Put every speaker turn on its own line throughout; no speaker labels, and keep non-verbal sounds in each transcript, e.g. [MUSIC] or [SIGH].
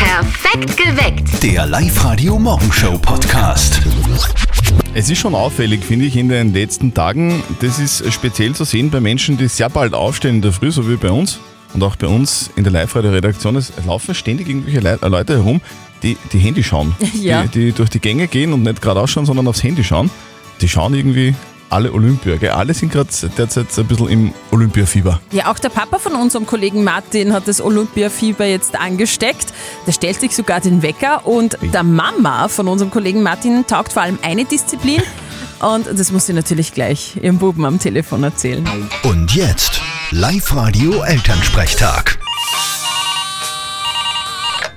Perfekt geweckt.
Der Live-Radio Morgenshow Podcast.
Es ist schon auffällig, finde ich, in den letzten Tagen. Das ist speziell zu sehen bei Menschen, die sehr bald aufstehen in der Früh, so wie bei uns. Und auch bei uns in der Live-Radio-Redaktion. Es laufen ständig irgendwelche Le äh, Leute herum, die, die Handy schauen.
Ja.
Die, die durch die Gänge gehen und nicht geradeaus schauen, sondern aufs Handy schauen. Die schauen irgendwie alle Olympia. Gell? Alle sind gerade derzeit so ein bisschen im Olympiafieber.
Ja, auch der Papa von unserem Kollegen Martin hat das Olympiafieber jetzt angesteckt. Der stellt sich sogar den Wecker und der Mama von unserem Kollegen Martin taugt vor allem eine Disziplin. Und das muss sie natürlich gleich ihrem Buben am Telefon erzählen.
Und jetzt Live-Radio Elternsprechtag.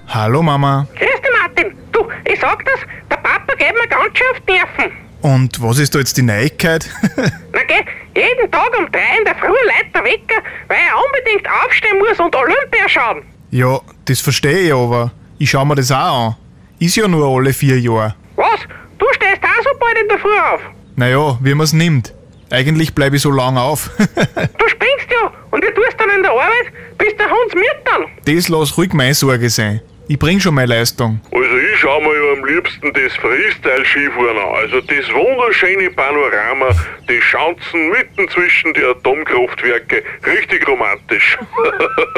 Hallo Mama.
Grüß dich, Martin. Du, ich sag das, der Papa geht mir ganz schön auf die Nerven.
Und was ist da jetzt die Neuigkeit?
Na geh, jeden Tag um drei in der Früh leitet der Wecker, weil er unbedingt aufstehen muss und Olympia schauen.
ja, das verstehe ich aber. Ich schau mir das auch an. Ist ja nur alle vier Jahre.
Was? Du stehst auch so bald in der Früh auf.
Naja, wie man's nimmt. Eigentlich bleibe ich so lang auf. [LAUGHS]
Du springst ja und ich tust dann in der Arbeit, bis der Hund miert dann.
das lass ruhig meine Sorge sein. Ich bring schon meine Leistung.
Also ich schau mir ja am liebsten das Freestyle-Skifahren an. Also das wunderschöne Panorama, die Schanzen mitten zwischen die Atomkraftwerke. Richtig romantisch. [LAUGHS]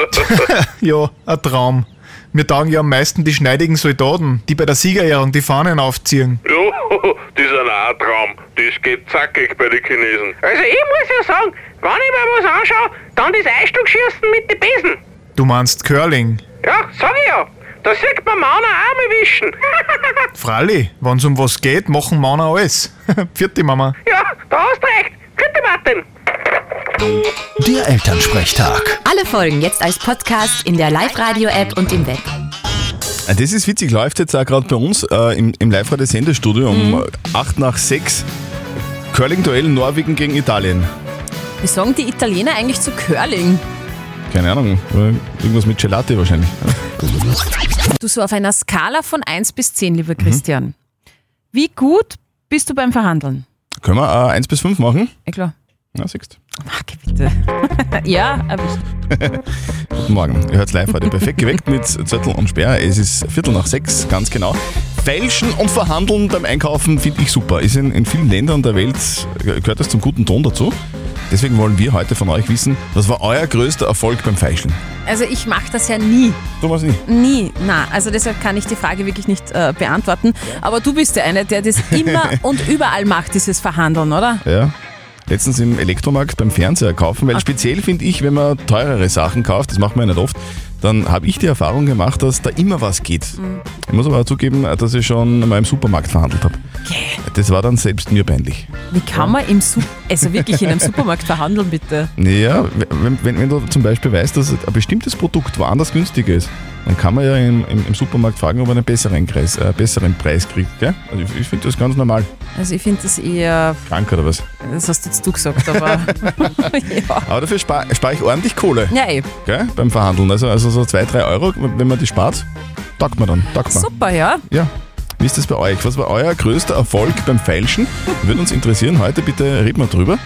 Ja, ein Traum. Mir taugen ja am meisten die schneidigen Soldaten, die bei der Siegerehrung die Fahnen aufziehen.
ja, das ist ein auch ein Traum. Das geht zackig bei den Chinesen.
Also ich muss ja sagen, wenn ich mir was anschaue, dann das Eisstockschießen mit den Besen.
Du meinst Curling?
Ja, sag ich ja. Da sieht man Männer Arme wischen. [LAUGHS]
Fralli, wenn's um was geht, machen Männer alles. [LAUGHS] Vierte Mama.
ja, da hast recht. Grüß dich, Martin.
Der Elternsprechtag.
Alle Folgen jetzt als Podcast in der Live-Radio-App und im Web.
Ah, Das ist witzig, läuft jetzt auch gerade bei uns äh, im, im Live-Radio-Sendestudio um 8 nach 6. Curling-Duell Norwegen gegen Italien.
Wie sagen die Italiener eigentlich zu Curling?
Keine Ahnung, äh, irgendwas mit Gelati wahrscheinlich.
Du so auf einer Skala von 1 bis 10, lieber Christian. Wie gut bist du beim Verhandeln?
Können wir äh, 1 bis 5 machen?
Ja, klar.
Na, siehst
Ach, geh bitte. [LAUGHS] ja, erwischt.
Guten Morgen, ihr hört live heute perfekt geweckt mit Zettel und Sperr. Es ist Viertel nach 6, ganz genau. Fälschen und Verhandeln beim Einkaufen finde ich super. Ist in, in vielen Ländern der Welt, äh, gehört das zum guten Ton dazu. Deswegen wollen wir heute von euch wissen, was war euer größter Erfolg beim Feilschen?
Also ich mache das ja nie.
Du warst nie.
Nie, na, also deshalb kann ich die Frage wirklich nicht äh, beantworten. Aber du bist der eine, der das immer und überall macht, dieses Verhandeln, oder?
Ja. Letztens im Elektromarkt beim Fernseher kaufen, weil speziell finde ich, wenn man teurere Sachen kauft, das macht man ja nicht oft, dann habe ich die Erfahrung gemacht, dass da immer was geht. Ich muss aber auch zugeben, dass ich schon mal im Supermarkt verhandelt habe. Das war dann selbst mir peinlich.
Wie kann man im Sup also wirklich in einem Supermarkt verhandeln, bitte?
Ja, wenn, wenn, wenn du zum Beispiel weißt, dass ein bestimmtes Produkt woanders günstiger ist, dann kann man ja im, im, im Supermarkt fragen, ob man einen besseren, Kreis, äh, besseren Preis kriegt. Gell? Also ich, ich finde das ganz normal.
Also ich finde das eher,
Krank oder was?
das hast jetzt du gesagt, aber ja.
Aber dafür spare spar ich ordentlich Kohle.
Ja, eh. ey,
gell, beim Verhandeln. Also, also so 2, 3 Euro, wenn man die spart, taugt man dann. Taugt man.
super, ja.
Ja. Wie ist das bei euch? Was war euer größter Erfolg beim Feilschen? Würde uns interessieren. Heute bitte reden wir drüber.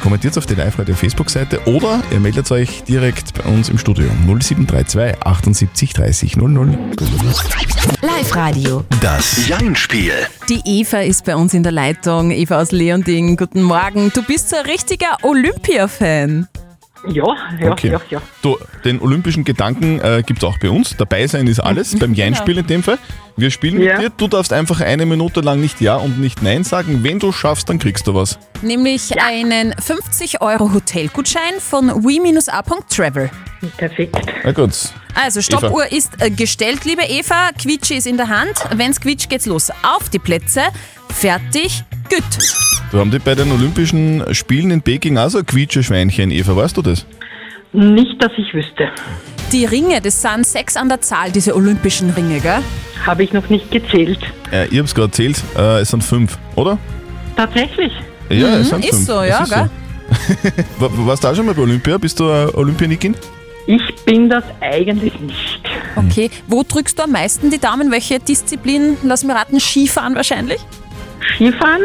Kommentiert auf die Live-Radio Facebook-Seite oder ihr meldet euch direkt bei uns im Studio 0732 78 30 00.
Live-Radio.
Das Jein-Spiel.
Die Eva ist bei uns in der Leitung. Eva aus Leonding, guten Morgen. Du bist so ein richtiger Olympia-Fan.
Ja, ja,
Okay.
ja, ja.
Du, den olympischen Gedanken äh, gibt es auch bei uns. Dabei sein ist
[LAUGHS]
alles, beim Jein-Spiel in dem Fall. Wir spielen
Genau. Ja.
mit dir. Du darfst einfach eine Minute lang nicht Ja und nicht Nein sagen. Wenn du schaffst, dann kriegst du was.
Nämlich einen 50-Euro-Hotelgutschein von E we-a.travel.
Perfekt.
Na gut,
Also Stoppuhr ist äh, gestellt, liebe Eva. Quietsche ist in der Hand. Wenn's quietscht, geht's los. Auf die Plätze. Fertig. Gut.
Da haben die bei den Olympischen Spielen in Peking auch so ein Quietscheschweinchen, Eva, weißt du das?
Nicht, dass ich wüsste.
Die Ringe, das sind sechs an der Zahl, diese olympischen Ringe, gell?
Habe ich noch nicht gezählt.
Äh, ich hab's gerade erzählt, äh, es sind fünf, oder?
Tatsächlich?
Ja, es
Mhm, ist so, ja,
Es ist
gell?
So. [LAUGHS] Wa- Warst du auch schon mal bei Olympia? Bist du äh, Olympionikin?
Ich bin das eigentlich nicht.
Okay. Wo drückst du am meisten die Daumen? Welche Disziplin? Lass mir raten, Skifahren wahrscheinlich?
Skifahren,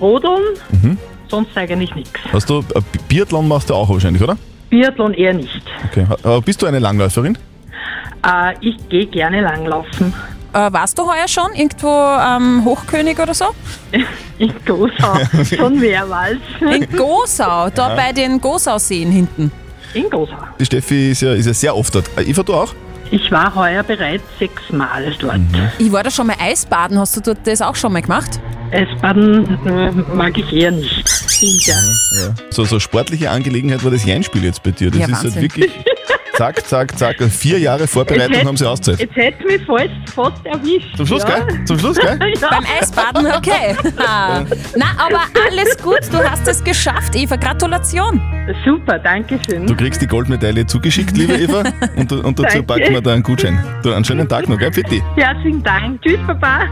Rodeln,
Mhm.
sonst eigentlich nichts.
Hast du äh, Bi- Biathlon machst du auch wahrscheinlich, oder?
Biathlon eher nicht.
Okay. Ha- äh, bist du eine Langläuferin?
Äh, ich gehe gerne langlaufen.
Äh, warst du heuer schon irgendwo ähm, Hochkönig oder so?
In
[LAUGHS]
Gosau. Schon mehrmals.
In Gosau, da bei den Gosau-Seen hinten.
In Gosau.
Die Steffi ist ja, ist ja sehr oft dort. Äh, Eva, du auch?
Ich war heuer bereits sechsmal dort.
Mhm.
Ich war da schon mal Eisbaden. Hast du dort das auch schon mal gemacht?
Eisbaden äh, mag ich eher nicht. Stimmt ja.
So, so sportliche Angelegenheit war das Jeinspiel jetzt bei dir. Das
Ja,
ist halt
Wahnsinn.
wirklich zack, zack, zack. Vier Jahre Vorbereitung
Jetzt-
haben sie auszeit.
Jetzt hätte mich fast, fast erwischt.
Zum Schluss,
ja.
gell? Zum Schluss, gell?
Ja.
Beim Eisbaden,
[LAUGHS]
okay. Na, aber alles gut. Du hast es geschafft, Eva. Gratulation.
Super, danke schön.
Du kriegst die Goldmedaille zugeschickt, liebe Eva, und, du- und dazu
Danke.
packen wir da einen Gutschein. Du, einen schönen Tag noch, gell, Fitti?
Herzlichen Dank. Tschüss, Baba.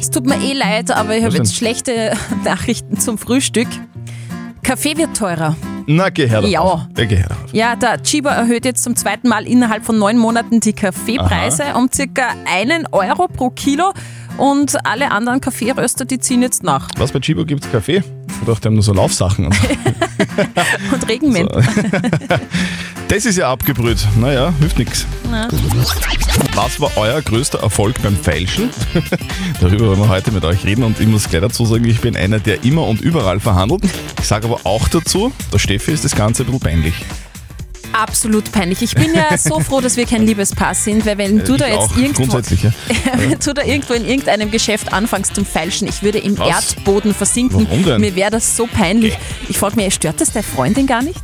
Es tut mir eh leid, aber ich habe
denn?
jetzt schlechte [LAUGHS] Nachrichten zum Frühstück. Kaffee wird teurer.
Na, geh her.
Ja.
darauf. Ja, geh her. darauf.
Ja, der Chiba erhöht jetzt zum zweiten Mal innerhalb von neun Monaten die Kaffeepreise um circa einen Euro pro Kilo und alle anderen Kaffeeröster, die ziehen jetzt nach.
Was bei Chibo gibt's Kaffee? Ich dachte, die haben nur so Laufsachen.
[LAUGHS]
Und
Und Regenmäntel.
das ist ja abgebrüht. Naja, hilft nichts. Was war euer größter Erfolg beim Feilschen? [LAUGHS] Darüber wollen wir heute mit euch reden und ich muss gleich dazu sagen, ich bin einer, der Äh, immer und überall verhandelt. Ich sage aber auch dazu, der Steffi ist das Ganze ein bisschen peinlich.
Absolut peinlich. Ich bin ja so froh, dass wir kein Liebespaar sind, weil wenn du
Äh, ich
da jetzt
auch,
irgendwo,
grundsätzlich, ja.
[LAUGHS] wenn du da irgendwo in irgendeinem Geschäft anfängst zum Feilschen, ich würde im
Was?
Erdboden versinken.
Warum denn?
Mir wäre das so peinlich. Ich frage mich, stört das deine Freundin gar nicht?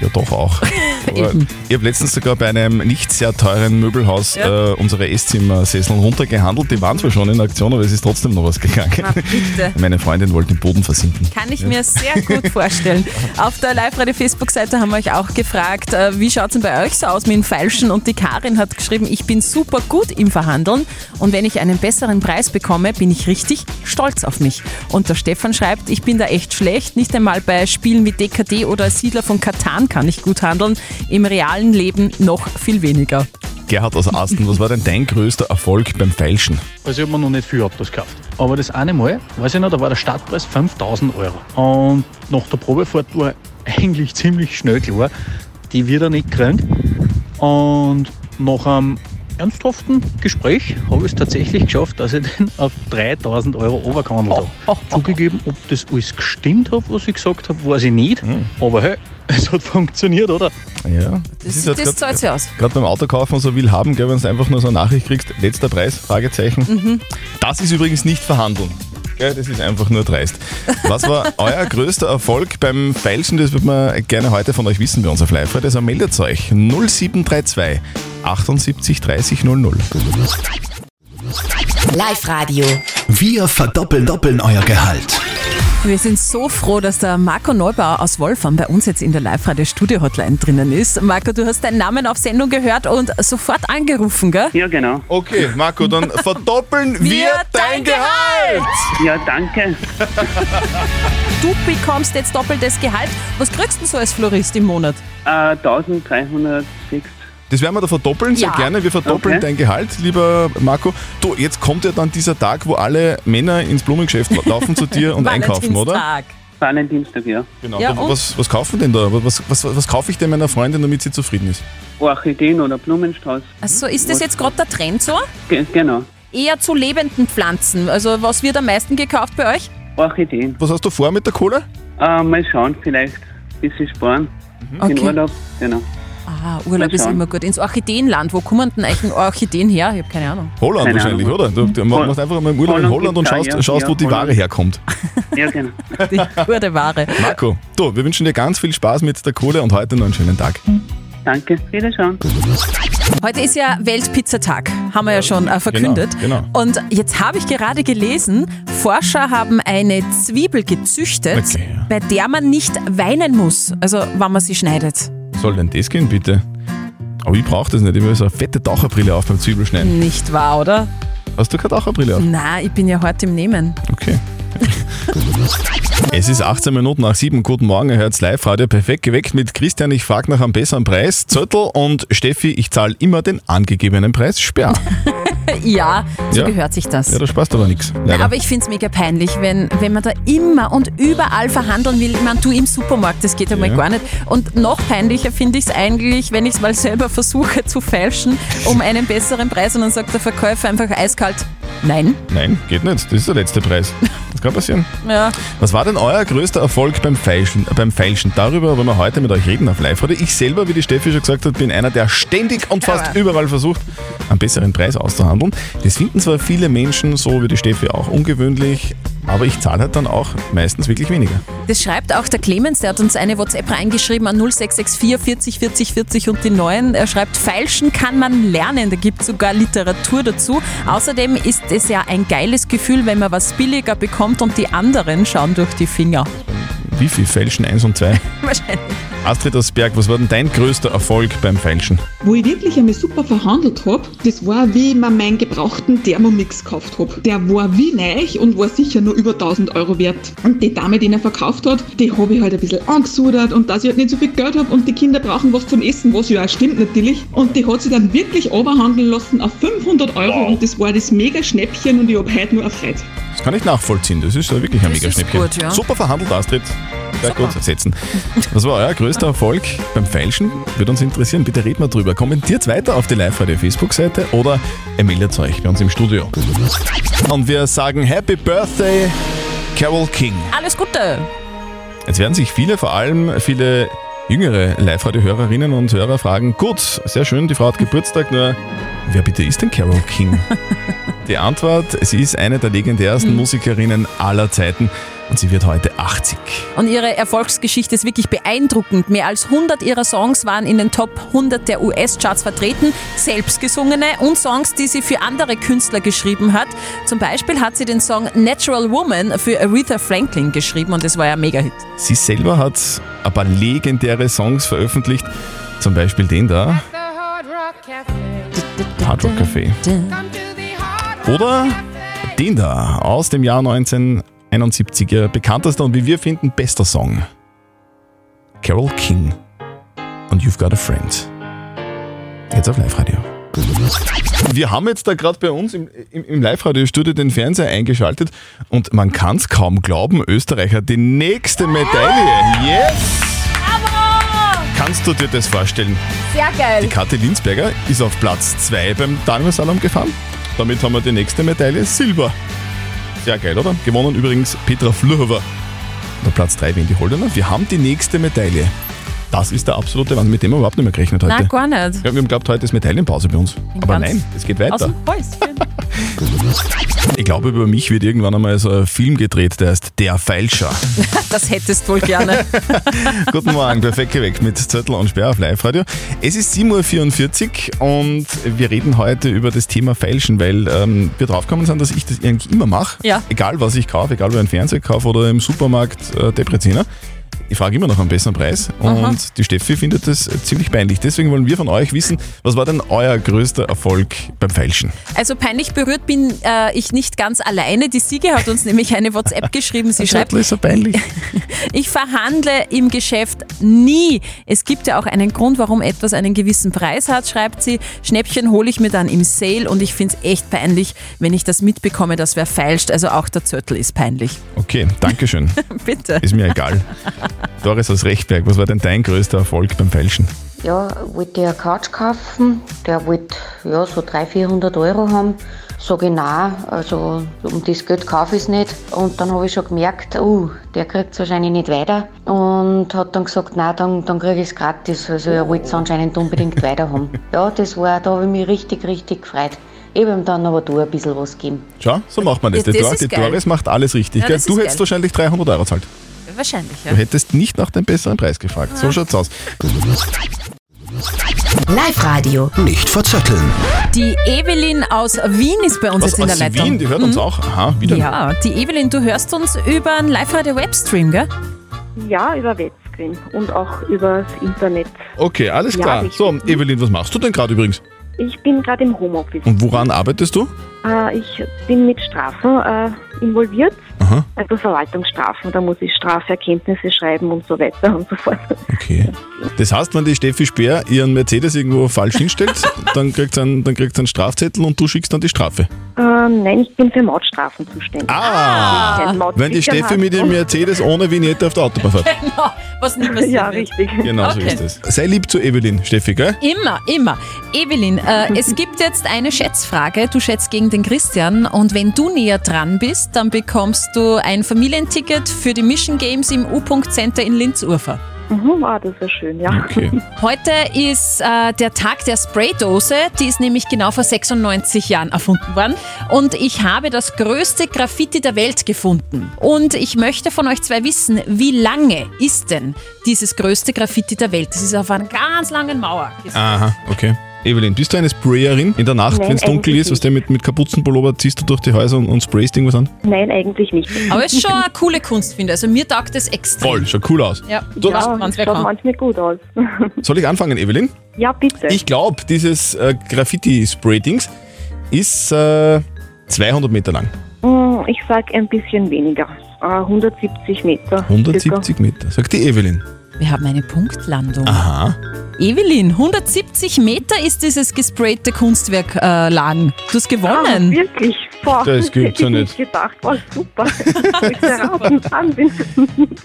Ja, doch
[LAUGHS]
auch. Aber
Eben.
ich habe letztens sogar bei einem nicht sehr teuren Möbelhaus
Ja.
äh, unsere Esszimmersesseln runtergehandelt. Die waren zwar schon in Aktion, aber es ist trotzdem noch was gegangen.
Na, bitte.
[LAUGHS] Meine Freundin wollte im Boden versinken.
Kann ich mir sehr gut vorstellen. Auf der Live-Radio-Facebook-Seite haben wir euch auch gefragt, äh, wie schaut es denn bei euch so aus mit dem Feilschen? Und die Karin hat geschrieben, ich bin super gut im Verhandeln und wenn ich einen besseren Preis bekomme, bin ich richtig stolz auf mich. Und der Stefan schreibt, ich bin da echt schlecht. Nicht einmal bei Spielen wie DKD oder Siedler von Katan kann ich gut handeln. Im realen Leben noch viel weniger.
Gerhard aus Asten, was war denn dein größter Erfolg beim Feilschen?
Also ich habe mir noch nicht viel Autos gekauft. Aber das eine Mal, weiß ich noch, da war der Startpreis 5000 Euro. Und nach der Probefahrt war eigentlich [LAUGHS] ziemlich schnell klar, die wird er nicht kriegen. Und nach einem ernsthaften Gespräch habe ich es tatsächlich geschafft, dass ich [LAUGHS] den auf 3000 Euro runtergehandelt habe.
Oh,
Zugegeben, ob das alles gestimmt hat, was ich gesagt habe, weiß ich nicht. Aber hey, [LAUGHS] es hat funktioniert, oder?
Ja,
Das,
ist
das,
jetzt grad-
zahlt sich aus.
Gerade beim Autokaufen so will haben, gell, wenn du einfach nur so eine Nachricht kriegst, letzter Preis, Fragezeichen. Das ist übrigens nicht verhandeln. Gell, das ist einfach nur dreist. Was [LAUGHS] war euer größter Erfolg beim Feilschen? Das würde man gerne heute von euch wissen bei uns auf live Also meldet euch 0732 78 30 00.
Live-Radio.
Wir verdoppeln doppeln euer Gehalt.
Wir sind so froh, dass der Marco Neubauer aus Wolfram bei uns jetzt in der Live-Radio-Studio-Hotline drinnen ist. Marco, du hast deinen Namen auf Sendung gehört und sofort angerufen, gell?
Ja, genau.
Okay, Marco, [LAUGHS] dann verdoppeln wir, dein Gehalt!
Ja, danke.
Du bekommst jetzt doppeltes Gehalt. Was kriegst du so als Florist im Monat?
Äh, 1306.
Das werden wir da verdoppeln, sehr
Ja.
gerne. Wir verdoppeln
Okay.
dein Gehalt, lieber Marco. Du, jetzt kommt ja dann dieser Tag, wo alle Männer ins Blumengeschäft laufen zu dir [LAUGHS] und einkaufen, oder?
Valentinstag.
Valentinstag, ja.
Genau.
Ja,
Da-
und?
was, was kaufen denn da? Was, was, was kaufe ich denn meiner Freundin, damit sie zufrieden ist?
Orchideen oder Blumenstrauß.
Also ist das jetzt gerade der Trend so?
Ge genau.
Eher zu lebenden Pflanzen. Also was wird am meisten gekauft bei euch?
Orchideen.
Was hast du vor mit der Kohle?
Äh, mal schauen, vielleicht ein bisschen sparen. In Urlaub, genau.
Ah, Urlaub
Mal
ist
schauen.
immer gut. Ins Orchideenland. Wo kommen denn eigentlich Orchideen her? Ich habe keine Ahnung.
Holland
Keine
wahrscheinlich, oder? Du, du
Hol-
machst einfach mal im Urlaub in
Holland
Holland und
gibt's
schaust,
auch, ja.
schaust wo
Ja,
die
Holland.
Ware herkommt.
[LAUGHS] Ja, genau.
Die
[LAUGHS]
gute Ware.
Marco, du, wir wünschen dir ganz viel Spaß mit der Kohle und heute noch einen schönen Tag.
Danke. Wiederschauen.
Heute ist ja Weltpizzatag, haben wir ja schon äh, verkündet.
genau.
Und jetzt habe ich gerade gelesen, Forscher haben eine Zwiebel gezüchtet,
Okay, ja.
bei der man nicht weinen muss, also wenn man sie schneidet.
Soll denn das gehen, bitte? Aber ich brauche das nicht. Ich will so eine fette Taucherbrille auf beim Zwiebelschneiden.
Nicht wahr, oder?
Hast du keine Taucherbrille auf?
Na, ich bin ja hart im Nehmen.
Okay. Es ist 18 Minuten nach 7. Guten Morgen, ihr hört's live, Radio perfekt geweckt mit Christian. Ich frage nach einem besseren Preis. Zöttel und Steffi, ich zahle immer den angegebenen Preis. Sperr.
ja, so
Ja.
gehört sich das.
Ja, das passt aber nichts. Leider.
Aber ich finde es mega peinlich, wenn, wenn man da immer und überall verhandeln will. Ich meine, du im Supermarkt, das geht ja mal
Ja.
gar nicht. Und noch peinlicher finde ich es eigentlich, wenn ich es mal selber versuche zu fälschen um einen besseren Preis und dann sagt der Verkäufer einfach eiskalt, nein.
Nein, geht nicht. Das ist der letzte Preis. Das kann passieren.
Ja.
Was war denn euer größter Erfolg beim Feilschen? Beim Feilschen? Darüber wollen wir heute mit euch reden auf live oder Ich selber, wie die Steffi schon gesagt hat, bin einer, der ständig und fast
Aber-
überall versucht, einen besseren Preis auszuhandeln. Das finden zwar viele Menschen, so wie die Steffi, auch ungewöhnlich, aber ich zahle halt dann auch meistens wirklich weniger.
Das schreibt auch der Clemens, der hat uns eine WhatsApp reingeschrieben an 0664 40 40 40 und die neuen. Er schreibt, Feilschen kann man lernen, da gibt es sogar Literatur dazu. Außerdem ist es ja ein geiles Gefühl, wenn man was billiger bekommt und die anderen schauen durch die Finger.
Wie viel Feilschen? Eins und zwei.
Wahrscheinlich.
Astrid aus Berg, was war denn dein größter Erfolg beim Feilschen?
Wo ich wirklich einmal super verhandelt hab, das war, wie ich mir meinen gebrauchten Thermomix gekauft hab. Der war wie neu und war sicher nur über 1000 Euro wert. Und die Dame, die ihn verkauft hat, die habe ich halt ein bisschen angesudert und dass ich halt nicht so viel Geld hab und die Kinder brauchen was zum Essen, was ja auch stimmt natürlich. Und die hat sie dann wirklich overhandeln lassen auf 500 Euro und das war das mega Schnäppchen und ich hab heute nur erfreut.
Das kann ich nachvollziehen. Das ist ja wirklich ein
Das
mega
ist
Schnäppchen.
gut, ja.
Super verhandelt, Astrid. Sehr gut setzen. Was war euer größter Erfolg beim Feilschen? Würde uns interessieren. Bitte redet mal drüber. Kommentiert weiter auf die Live-Radio-Facebook-Seite oder ihr meldet euch bei uns im Studio. Und wir sagen Happy Birthday, Carol King.
Alles Gute!
Jetzt werden sich viele, vor allem viele jüngere Live-Radio-Hörerinnen und Hörer fragen, gut, sehr schön, die Frau hat Geburtstag, nur wer bitte ist denn Carol King? die Antwort, sie ist eine der legendärsten Musikerinnen aller Zeiten und sie wird heute 80.
Und ihre Erfolgsgeschichte ist wirklich beeindruckend. Mehr als 100 ihrer Songs waren in den Top 100 der US-Charts vertreten, selbstgesungene und Songs, die sie für andere Künstler geschrieben hat. Zum Beispiel hat sie den Song Natural Woman für Aretha Franklin geschrieben und das war ja ein Mega-Hit.
Sie selber hat ein paar legendäre Songs veröffentlicht, zum Beispiel den da, Hard Rock Café. Oder den da aus dem Jahr 1971, ihr bekanntester und wie wir finden bester Song. Carol King und You've Got a Friend. Jetzt auf Live-Radio. Wir haben jetzt da gerade bei uns im, im, im Live-Radio-Studio den Fernseher eingeschaltet und man kann es kaum glauben, Österreich hat die nächste Medaille. Yes! Kannst du dir das vorstellen?
Sehr
Die
geil.
Kathi Linsberger ist auf Platz 2 beim Daniel-Salam gefahren. Damit haben wir die nächste Medaille, Silber. Sehr geil, oder? Gewonnen übrigens Petra Flöhofer. Und auf Platz 3 Wendy Holdener. Wir haben die nächste Medaille. Das ist der absolute Wahnsinn, mit dem wir überhaupt nicht mehr gerechnet heute.
Na, gar nicht.
Ja, wir haben glaubt, heute ist Medaillenpause bei uns. Aber
ganz-
nein, es geht weiter.
Aus dem Häuschen.
Ich glaube, über mich wird irgendwann einmal so ein Film gedreht, der heißt Der Feilscher.
Das hättest wohl gerne.
Guten Morgen, perfekt geweckt mit Zettel und Sperr auf Live-Radio. Es ist 7.44 Uhr und wir reden heute über das Thema Feilschen, weil ähm, wir draufgekommen sind, dass ich das eigentlich immer mache.
Ja.
Egal, was ich kaufe, egal, ob ich einen Fernseher kaufe oder im Supermarkt äh, Depreziner. Ich frage immer noch einen besseren Preis und
Aha.
die Steffi findet das ziemlich peinlich. Deswegen wollen wir von euch wissen, was war denn euer größter Erfolg beim Feilschen?
Also peinlich berührt bin äh, ich nicht ganz alleine. Die Siege hat uns nämlich eine WhatsApp geschrieben. Sie schreibt,
Zettel ist so
[LAUGHS]
peinlich.
Ich verhandle im Geschäft nie. Es gibt ja auch einen Grund, warum etwas einen gewissen Preis hat, schreibt sie. Schnäppchen hole ich mir dann im Sale und ich finde es echt peinlich, wenn ich das mitbekomme, dass wer feilscht. Also auch der Zörtel ist peinlich. [LAUGHS]
Okay, Dankeschön.
Bitte.
Ist mir
[LAUGHS]
egal. Doris aus Rechtberg, was war denn dein größter Erfolg beim Feilschen?
Ja, wollte ich eine Couch kaufen. Der wollte ja, so 300, 400 Euro haben. So genau, also um das Geld kaufe ich es nicht. Und dann habe ich schon gemerkt, uh, der kriegt es wahrscheinlich nicht weiter. Und hat dann gesagt, nein, dann, dann kriege ich es gratis. Also er wollte es anscheinend unbedingt weiter haben. Ja, das war, da habe ich mich richtig, richtig gefreut. Eben dann aber du ein bisschen was geben.
Schau, so macht man das.
Ja,
die
das
Dor-
ist
die
geil.
Doris macht alles richtig.
Ja,
gell?
das
Du
ist
hättest
geil.
wahrscheinlich 300 Euro zahlt.
Wahrscheinlich,
Du hättest nicht nach dem besseren Preis gefragt. So schaut's aus.
Live-Radio.
Nicht verzetteln.
Die Evelyn aus Wien ist bei uns
Was,
jetzt in der
aus
Leitung.
Wien, die Ah, hört uns
Hm?
Mhm.
auch. Aha, wieder.
Ja, die Evelyn, du hörst uns über einen Live-Radio-Webstream, gell?
Ja, über Webscreen und auch übers Internet.
Okay, alles
Ja,
klar.
richtig.
so, Evelyn, was machst du denn gerade übrigens?
Ich bin gerade im Homeoffice.
Und woran arbeitest du?
Äh, ich bin mit Strafen äh, involviert
Aha.
Also Verwaltungsstrafen, da muss ich Straferkenntnisse schreiben und so weiter und so fort. [LAUGHS]
Okay. Das heißt, wenn die Steffi Speer ihren Mercedes irgendwo falsch
[LAUGHS]
hinstellt, dann kriegt sie einen, dann kriegt sie einen Strafzettel und du schickst dann die Strafe.
Ähm, nein, ich bin für Mautstrafen zuständig.
Ah,
Ich bin kein
Wenn die
Mautsticker
Steffi mit
habe.
ihrem Mercedes ohne Vignette auf der Autobahn fährt.
[LAUGHS] Genau, was nicht mehr Ja, richtig.
Genau so ist es. Sei lieb zu Evelyn, Steffi, gell?
Immer, immer. Evelyn, äh, es gibt jetzt eine Schätzfrage. Du schätzt gegen den Christian und wenn du näher dran bist, dann bekommst du ein Familienticket für die Mission Games im U-Punkt Center in Linz-Urfer.
Mhm, ah, das ist ja schön, ja.
Heute ist äh, der Tag der Spraydose. Die ist nämlich genau vor 96 Jahren erfunden worden. Und ich habe das größte Graffiti der Welt gefunden. Und ich möchte von euch zwei wissen, wie lange ist denn dieses größte Graffiti der Welt? Das ist auf einer ganz langen Mauer.
Aha, okay. Evelyn, bist du eine Sprayerin? In der Nacht,
Nein,
wenn es dunkel
eigentlich
ist, was der mit, mit Kapuzenpullover ziehst du durch die Häuser und, und sprayst irgendwas an?
Nein, eigentlich nicht.
Aber es ist schon eine coole Kunst, finde ich. Also mir taugt das extrem.
Voll, schaut cool aus.
Ja,
Du ja,
macht man's
das
wer
Ah, schaut
kann.
manchmal gut aus. [LAUGHS]
Soll ich anfangen, Evelyn?
ja, bitte.
Ich glaube, dieses äh, Graffiti-Spray-Dings ist äh, 200 Meter lang.
Hm, ich sag ein bisschen weniger. Äh, 170 Meter.
170 Meter, sagt die Evelyn.
Wir haben eine Punktlandung.
Aha.
Evelyn, 170 Meter ist dieses gesprayte Kunstwerk äh, lang. Du hast gewonnen.
Ah, wirklich? Boah,
Das
[LAUGHS]
gibt's ja
hätte
nicht.
ich gedacht. Boah, super. [LAUGHS] Ich erraten, Wahnsinn.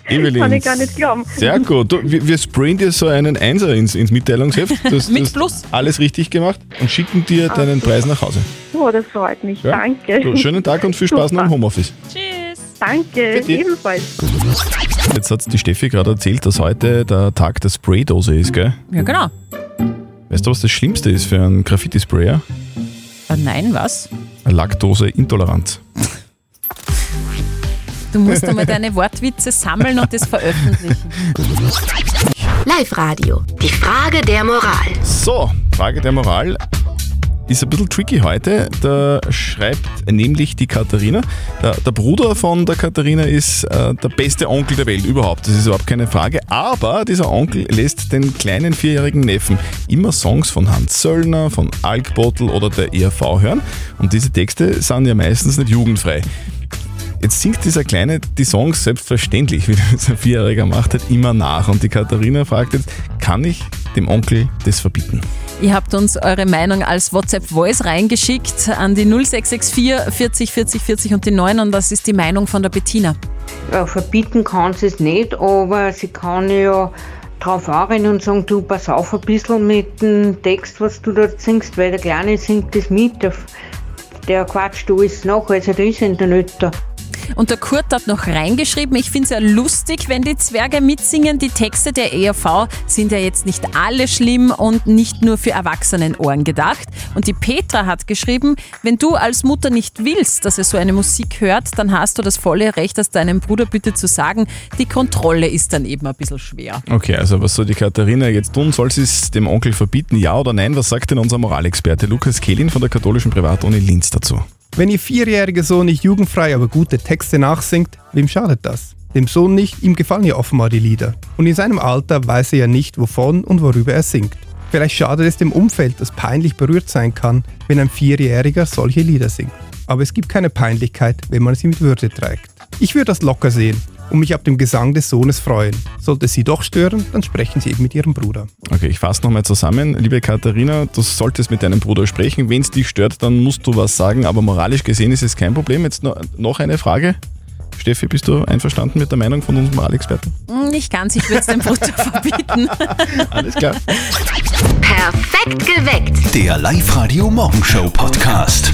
Evelyn.
[LAUGHS] Kann ich gar nicht glauben.
Sehr gut. Du, wir, wir sprayen dir so einen Einser ins, ins
[LAUGHS]
Mitteilungsheft. Das, Mit das Plus. Alles richtig gemacht und schicken
Ah,
dir deinen Preis nach Hause.
Oh, das freut mich.
Ja?
Danke.
So, schönen Tag und viel Spaß noch im Homeoffice.
Tschüss. Danke,
Bitte.
ebenfalls.
Jetzt hat die Steffi gerade erzählt, dass heute der Tag der Spraydose ist, gell?
Ja, genau.
Weißt du, was das Schlimmste ist für einen Graffiti-Sprayer?
Ah, nein, was?
Laktoseintoleranz.
Du musst einmal deine Wortwitze sammeln und das veröffentlichen.
Live Radio. Die Frage der Moral.
So, Frage der Moral ist ein bisschen tricky heute. Da schreibt nämlich die Katharina, der, der Bruder von der Katharina ist äh, der beste Onkel der Welt überhaupt. Das ist überhaupt keine Frage. Aber dieser Onkel lässt den kleinen vierjährigen Neffen immer Songs von Hans Söllner, von Alkbottel oder der ERV hören. Und diese Texte sind ja meistens nicht jugendfrei. Jetzt singt dieser Kleine die Songs selbstverständlich, [LAUGHS] wie das ein Vierjähriger macht, halt immer nach. Und die Katharina fragt jetzt, kann ich dem Onkel das verbieten?
Ihr habt uns eure Meinung als WhatsApp-Voice reingeschickt an die 0664 40 40 40 und die 9 und das ist die Meinung von der Bettina.
Ja, äh, verbieten kann sie es nicht, aber sie kann ja drauf anrennen und sagen, du pass auf ein bisschen mit dem Text, was du da singst, weil der Kleine singt das mit, der, der quatscht alles nach, also da ist in der nicht da.
Und der Kurt hat noch reingeschrieben, ich finde es ja lustig, wenn die Zwerge mitsingen. Die Texte der ERV sind ja jetzt nicht alle schlimm und nicht nur für Erwachsenenohren gedacht. Und die Petra hat geschrieben, wenn du als Mutter nicht willst, dass er so eine Musik hört, dann hast du das volle Recht, das deinem Bruder bitte zu sagen. Die Kontrolle ist dann eben ein bisschen schwer.
Okay, also was soll die Katharina jetzt tun? Soll sie es dem Onkel verbieten, ja oder nein? Was sagt denn unser Moralexperte Lukas Kehlin von der katholischen Privatuni Linz dazu?
Wenn ihr vierjähriger Sohn nicht jugendfrei, aber gute Texte nachsingt, wem schadet das? Dem Sohn nicht, ihm gefallen ja offenbar die Lieder. Und in seinem Alter weiß er ja nicht, wovon und worüber er singt. Vielleicht schadet es dem Umfeld, das peinlich berührt sein kann, wenn ein Vierjähriger solche Lieder singt. Aber es gibt keine Peinlichkeit, wenn man sie mit Würde trägt. Ich würde das locker sehen und mich ab dem Gesang des Sohnes freuen. Sollte es sie doch stören, dann sprechen sie eben mit ihrem Bruder.
Okay, ich fasse nochmal zusammen. Liebe Katharina, du solltest mit deinem Bruder sprechen. Wenn es dich stört, dann musst du was sagen, aber moralisch gesehen ist es kein Problem. Jetzt no- noch eine Frage. Steffi, bist du einverstanden mit der Meinung von unserem Moralexperten?
Hm, Nicht ganz, ich würde es dem Bruder [LAUGHS] verbieten.
Alles klar.
Perfekt geweckt.
Der Live-Radio Morgenshow Podcast.